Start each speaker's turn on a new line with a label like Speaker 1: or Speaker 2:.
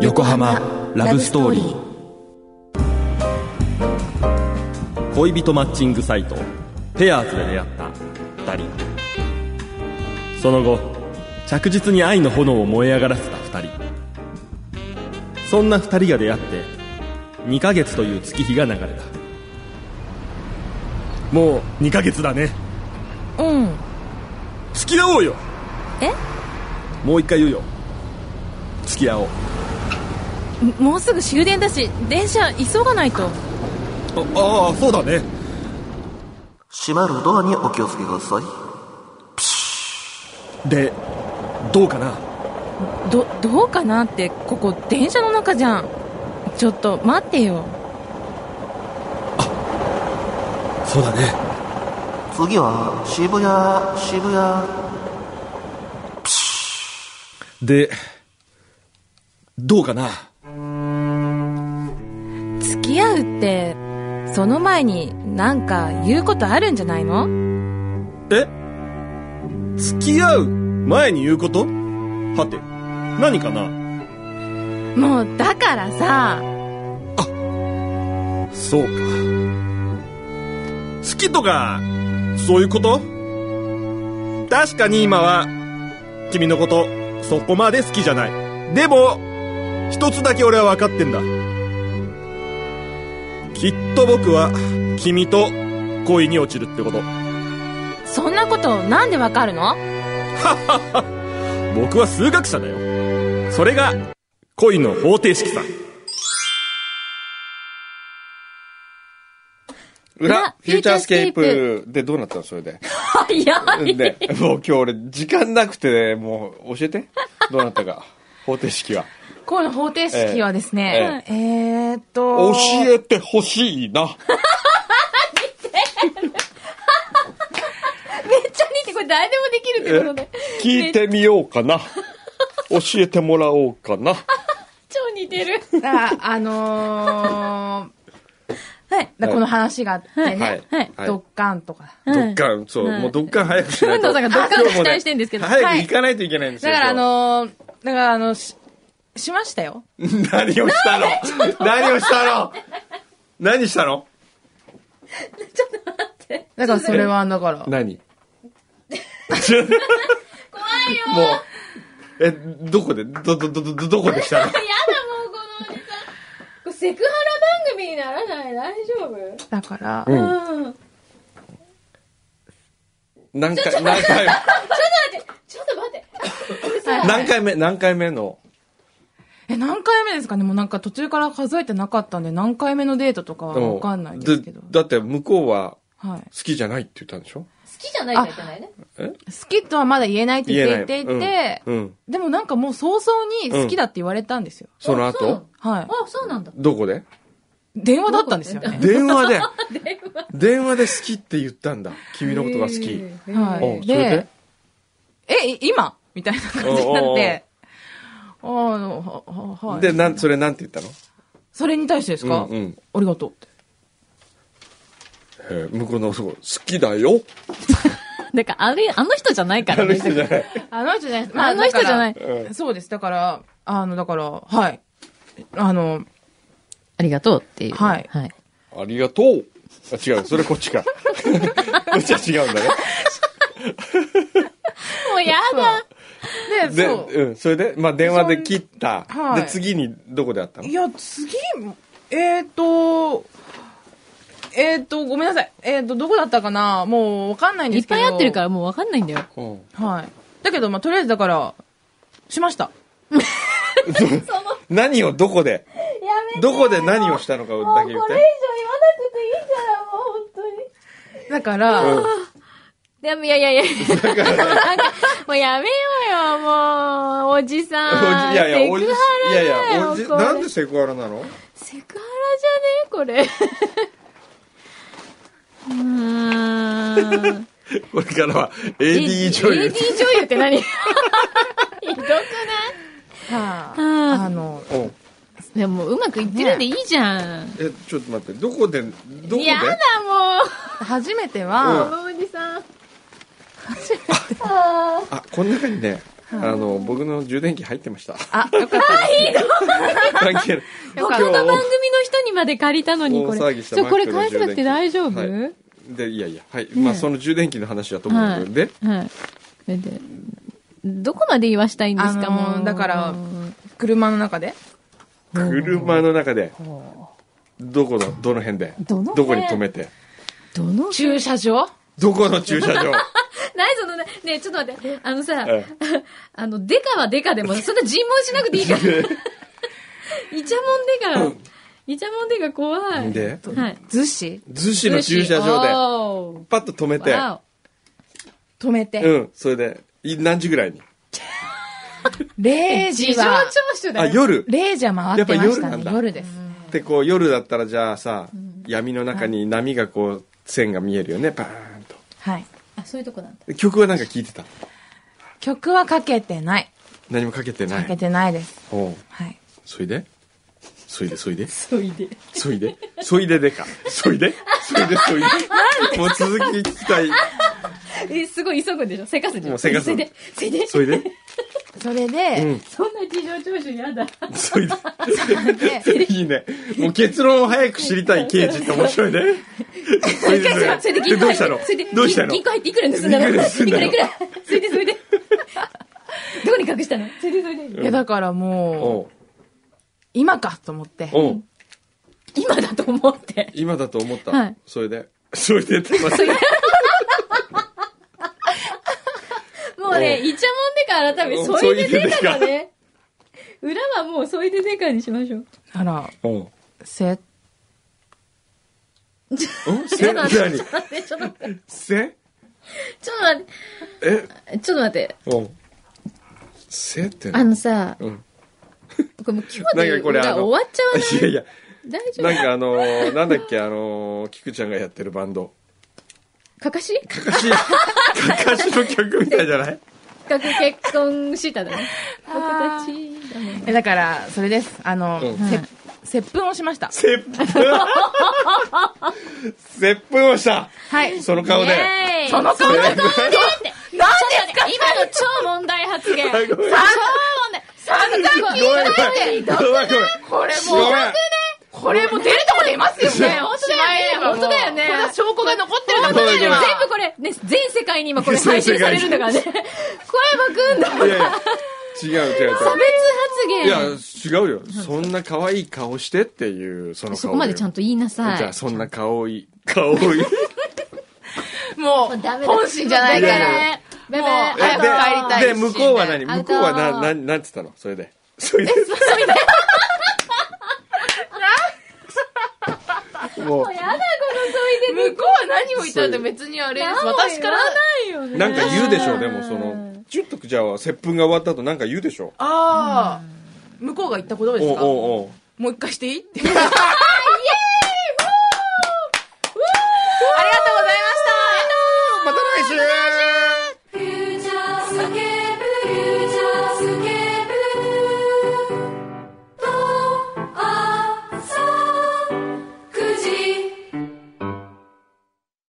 Speaker 1: 横浜ラブストーリー
Speaker 2: 恋人マッチングサイトペアーズで出会った2人その後着実に愛の炎を燃え上がらせた2人そんな2人が出会って2ヶ月という月日が流れたもう2ヶ月だね
Speaker 3: うん
Speaker 2: 付き合おうよ
Speaker 3: え
Speaker 2: もう一回言うよ付き合おう
Speaker 3: もうすぐ終電だし電車急がないと
Speaker 2: ああそうだね
Speaker 4: 閉まるドアにお気をつけください。
Speaker 2: でどうかな
Speaker 3: どどうかなってここ電車の中じゃんちょっと待ってよ
Speaker 2: そうだね
Speaker 4: 次は渋谷、渋谷。
Speaker 2: でどうかな
Speaker 3: 付き合うってその前になんか言うことあるんじゃないの
Speaker 2: え付き合う前に言うことはて何かな
Speaker 3: もうだからさ
Speaker 2: そうか好きとかそういうこと確かに今は君のことそこまで好きじゃないでも一つだけ俺は分かってんだきっと僕は君と恋に落ちるってこと
Speaker 3: そんなことなんでわかるの
Speaker 2: 僕は数学者だよそれが恋の方程式さ
Speaker 3: 裏
Speaker 5: 裏、
Speaker 3: フ
Speaker 5: フ
Speaker 3: ュ
Speaker 5: ュ
Speaker 3: ー
Speaker 5: ー
Speaker 3: チ
Speaker 5: チ
Speaker 3: ャ
Speaker 5: ャ
Speaker 3: ー
Speaker 5: ー
Speaker 3: ス
Speaker 5: ス
Speaker 3: ケ
Speaker 5: ケ
Speaker 3: ー
Speaker 5: ー
Speaker 3: プ
Speaker 5: プでどうなったのそれで。
Speaker 3: 早い
Speaker 5: で、もう今日俺時間なくてね、もう教えて。どうなったか。方程式は。
Speaker 3: この方程式はですね、えーっ
Speaker 5: 教
Speaker 3: と
Speaker 5: えてほしいな。
Speaker 3: めっちゃ似てこれ誰でもできるってことで
Speaker 5: 聞いてみようかな。教えてもらおうかな。
Speaker 3: 超似てる。あ、あのー、 はい。だこの話があってね。
Speaker 5: はい
Speaker 3: はい。
Speaker 5: はい
Speaker 3: ドッカンとか。
Speaker 5: ドッカン、そう、もうドッカン早くしないと。
Speaker 3: 工藤さんがドッカンを期待してんですけど
Speaker 5: 今日もね
Speaker 3: はい
Speaker 5: 早く行かないといけないんです
Speaker 3: だ
Speaker 5: よ。
Speaker 3: からあ
Speaker 5: 今
Speaker 3: のー、だからあの、し、しましたよ。
Speaker 5: 日 何をしたの何をしたの何したの
Speaker 3: だからそれは、だから。
Speaker 5: 何怖いよもう、え、どこでど、ど、ど、ど、どこでしたの
Speaker 6: もうこのおじさんこれセクハラ番組にならない大丈夫
Speaker 3: だから、
Speaker 5: 何回、何回、
Speaker 6: ちょっと待って
Speaker 5: 何回目、何回目の。
Speaker 3: え、何回目ですかねもうなんか途中から数えてなかったんで、何回目のデートとかはわかんないですけど。
Speaker 5: だって向こうは
Speaker 3: はい。
Speaker 5: 好きじゃないって言ったんでしょ
Speaker 6: 好きじゃないとは言ってないね
Speaker 3: 好きとはまだ言えないって
Speaker 5: 言えない。
Speaker 3: 言っていて、
Speaker 5: うん。うん
Speaker 3: でもなんかもう早々に好きだって言われたんですよ。
Speaker 5: その
Speaker 6: あそうな
Speaker 5: 後
Speaker 6: の
Speaker 3: はい。
Speaker 6: あそうなんだ
Speaker 5: どこ で
Speaker 3: 電話だったんですよ ね。
Speaker 5: 電話で電話で好きって言ったんだ。君のことが好き。
Speaker 3: は
Speaker 5: お
Speaker 3: い。
Speaker 5: それで
Speaker 3: え、い今みたいな感じになって。ああ、あのはははい。
Speaker 5: で、なん、それなんて言ったの
Speaker 3: それに対してですか、
Speaker 5: うんうん
Speaker 3: ありがとうって。
Speaker 5: えー向こうの、そう、好きだよ。
Speaker 6: だからあれあの人じゃないから
Speaker 5: あの人じゃない。
Speaker 3: あの人じゃない
Speaker 6: あの人じゃない。
Speaker 3: だからそうです。だから、あの、だから、はい。あの、
Speaker 6: ありがとうっていう
Speaker 3: はい
Speaker 6: はい、
Speaker 5: ありがとう。あ、違う。それこっちか。 こっちは違うんだね。
Speaker 6: もうやだ
Speaker 3: で、
Speaker 5: で、
Speaker 3: そう。
Speaker 5: うん。それで、まあ、電話で切った
Speaker 3: そん。はい
Speaker 5: で、次にどこで会ったの
Speaker 3: いや、次、えっ、ー、と、えっ、ー、と、ごめんなさい。えっ、ー、と、どこだったかなもうわかんないん
Speaker 6: い
Speaker 3: で
Speaker 6: っ
Speaker 3: すけ
Speaker 6: ぱ
Speaker 3: ど。。
Speaker 6: い会ってるかららもうわかんないんだよ
Speaker 5: うん。
Speaker 3: はい。だけど、まあ、とりあえずだから、しました。
Speaker 5: 何をどこでどこで何をしたのかだけ言って。
Speaker 3: だから、
Speaker 6: いやいやいやいやなんか もうやめようよもうおじさん
Speaker 5: いやいや、おじ、い
Speaker 6: セクハ
Speaker 5: やいや、
Speaker 6: よ
Speaker 5: おじ、
Speaker 6: これ
Speaker 5: なんでセクハラなの
Speaker 6: セクハラじゃねこれうーん
Speaker 5: これからは AD 女優
Speaker 6: AD。女優っ て何ひどくない
Speaker 3: はあ、
Speaker 6: あ
Speaker 3: あの、
Speaker 5: うん
Speaker 6: でもうまくいってるんでいいじゃん。
Speaker 5: え、ちょっと待って、どこで、どこで
Speaker 6: やだもう。
Speaker 3: 初めては、
Speaker 6: このおじさん。
Speaker 5: あ、この中にね、あの、僕の充電器入ってました。
Speaker 3: あ、よかったです。
Speaker 5: 関係ない。
Speaker 6: 他の番組の人にまで借りたのに、これ。
Speaker 5: 大騒ぎした
Speaker 6: ちょ、これ
Speaker 5: マッ
Speaker 6: 返
Speaker 5: クの充電器
Speaker 6: せなくて大丈夫
Speaker 5: は
Speaker 6: はいい。
Speaker 5: で、いやいや、はい。まあ、その充電器の話だと思うので、
Speaker 6: ででどこまで言わしたいんですか、
Speaker 3: あのー
Speaker 6: もう。
Speaker 3: だから車の中で
Speaker 5: 車の中で、どこの、どの辺で、
Speaker 6: どの辺
Speaker 5: こに止めて、
Speaker 6: どの、
Speaker 3: 駐車場
Speaker 5: どこの駐車 場
Speaker 6: ないそのね、ねえちょっと待って、あのさ
Speaker 5: え、
Speaker 6: あの、デカはデカでも、そんな尋問しなくてい いから。イチャモンデカ、イチャモンデカ怖い。
Speaker 5: で、
Speaker 6: はい。
Speaker 3: 逗子
Speaker 5: 逗子の駐車場で、
Speaker 6: 場
Speaker 5: パッと止めて、
Speaker 3: 止めて。
Speaker 5: うん、それで、い何時ぐらいに
Speaker 3: 0
Speaker 6: 事
Speaker 3: 時
Speaker 6: 情聴
Speaker 3: は、
Speaker 6: 取だ
Speaker 5: あ、
Speaker 6: よ。
Speaker 5: 夜
Speaker 3: 0時は回ってました
Speaker 5: やっぱ夜なん
Speaker 3: ね。
Speaker 5: だ
Speaker 3: 夜です。
Speaker 5: ってこう、夜だったらじゃあさ、闇の中に波がこう、線が見えるよね、バーンと。
Speaker 3: はい。
Speaker 6: あ、そういうとこなんだ。
Speaker 5: で曲はなんか聞いてた
Speaker 3: 曲はかけてない。
Speaker 5: 何もかけてな
Speaker 3: かけ
Speaker 5: い。
Speaker 3: てないです。
Speaker 5: おう
Speaker 3: はい。
Speaker 5: そいでそいでそいで
Speaker 6: そいで。
Speaker 5: そいでそいででか。そいでそいでそいで。もう続き聞きたい。
Speaker 6: え、すごい急ぐんでしょせかすでしょ
Speaker 5: もうせかす
Speaker 6: そいで。そいで。
Speaker 5: そいで
Speaker 3: それで、
Speaker 6: そんな事情聴取やだ。
Speaker 5: そいで。
Speaker 3: で
Speaker 5: いいね。もう結論を早く知りたい刑事って面白いね。そいでそいで
Speaker 6: それ
Speaker 5: で
Speaker 6: で銀
Speaker 5: ど
Speaker 6: 行
Speaker 5: うした
Speaker 6: 入
Speaker 5: の
Speaker 6: って、それで
Speaker 5: どうしたの
Speaker 6: 銀行入っていくら盗んだ
Speaker 5: い
Speaker 6: のい
Speaker 5: くら盗ん
Speaker 6: く
Speaker 5: だの
Speaker 6: らいくらそれ でそれで。どこに隠したのそれでそれで。
Speaker 3: いやだから
Speaker 5: お
Speaker 3: もう、
Speaker 5: う
Speaker 3: 今かと思って、
Speaker 5: おう
Speaker 6: 今だと思って。
Speaker 5: 今だと思っ
Speaker 6: は
Speaker 5: た
Speaker 6: い。
Speaker 5: そいで。そいでって。
Speaker 6: もうね、
Speaker 5: お
Speaker 6: イチャモンデカ改め、
Speaker 5: お
Speaker 6: そいでデカだね。裏はもうそいでデカにしましょう。
Speaker 3: あら、
Speaker 5: おう
Speaker 3: せ、
Speaker 5: おせ、何
Speaker 6: ちょっと待って、ちょっと待って。
Speaker 5: せ
Speaker 6: ちょっと待っ
Speaker 5: え
Speaker 6: て、ちょっと待って。
Speaker 5: おうせって
Speaker 6: あ
Speaker 5: な
Speaker 6: のさ、
Speaker 5: うん
Speaker 6: これもう今日
Speaker 5: なん
Speaker 6: で
Speaker 5: かこれあの
Speaker 6: 終わっちゃわない
Speaker 5: いやいや。
Speaker 6: 大丈
Speaker 5: なん
Speaker 6: 夫
Speaker 5: かあのー、なんだっけ、あのー、菊ちゃんがやってるバンド。
Speaker 6: かかし
Speaker 5: かかし、かかしの曲みたいじゃない
Speaker 6: かく結婚しただね。僕たちだもん
Speaker 3: えだから、それです。あの、
Speaker 5: うん
Speaker 3: せ接吻をしました。
Speaker 5: 接吻 接吻をした
Speaker 3: はい。
Speaker 5: その顔で。
Speaker 6: イエーイ
Speaker 3: その顔で
Speaker 6: その顔でって何ですか今の超問題発言。超問
Speaker 5: ごめん
Speaker 6: 題。散々
Speaker 5: ごめんごめん。ごめんごめん。
Speaker 3: これ
Speaker 5: ごめん
Speaker 3: もう、これもう出るとこ出ますよ
Speaker 6: ね
Speaker 3: ね。
Speaker 6: 本当だよね
Speaker 3: もう
Speaker 6: 本当だよね
Speaker 3: これは証拠が残ってる
Speaker 5: 本当だよ
Speaker 6: 全
Speaker 5: ね
Speaker 6: 部これ、ね、全世界に今これ配信されるんだからね。小山くんだ。差
Speaker 5: いやいや、違う違う違う。い
Speaker 6: 別
Speaker 5: や、
Speaker 6: 発言。
Speaker 5: 違うよ。そんな可愛い顔してっていう、その顔。
Speaker 6: そこまでちゃん
Speaker 5: と。
Speaker 6: と言いなさ
Speaker 5: じゃあ、
Speaker 6: い。
Speaker 5: そんな顔いい。顔い い。
Speaker 3: も
Speaker 6: もう
Speaker 3: う
Speaker 6: ダメ、だ
Speaker 3: 本心じゃないか
Speaker 5: いやいや
Speaker 3: ら。
Speaker 6: ねバイ
Speaker 3: もう
Speaker 6: バイ。
Speaker 3: 早く
Speaker 6: あと
Speaker 3: 帰りたい
Speaker 5: で、で向こうは何
Speaker 6: あと
Speaker 5: 向こうはな、な、なんつったのそれで。それで。も
Speaker 6: やだ、このそいで。
Speaker 3: 向こうは何を言ったって別にあれです。私から。
Speaker 6: ないよ
Speaker 5: う、
Speaker 6: ね。
Speaker 5: なんか言うでしょう、でも、その、ちょっとじゃあ、接吻が終わった後なんか言うでしょう。
Speaker 3: ああ。向こうが言ったことですか
Speaker 5: おうおうおう
Speaker 3: もう一回していいって。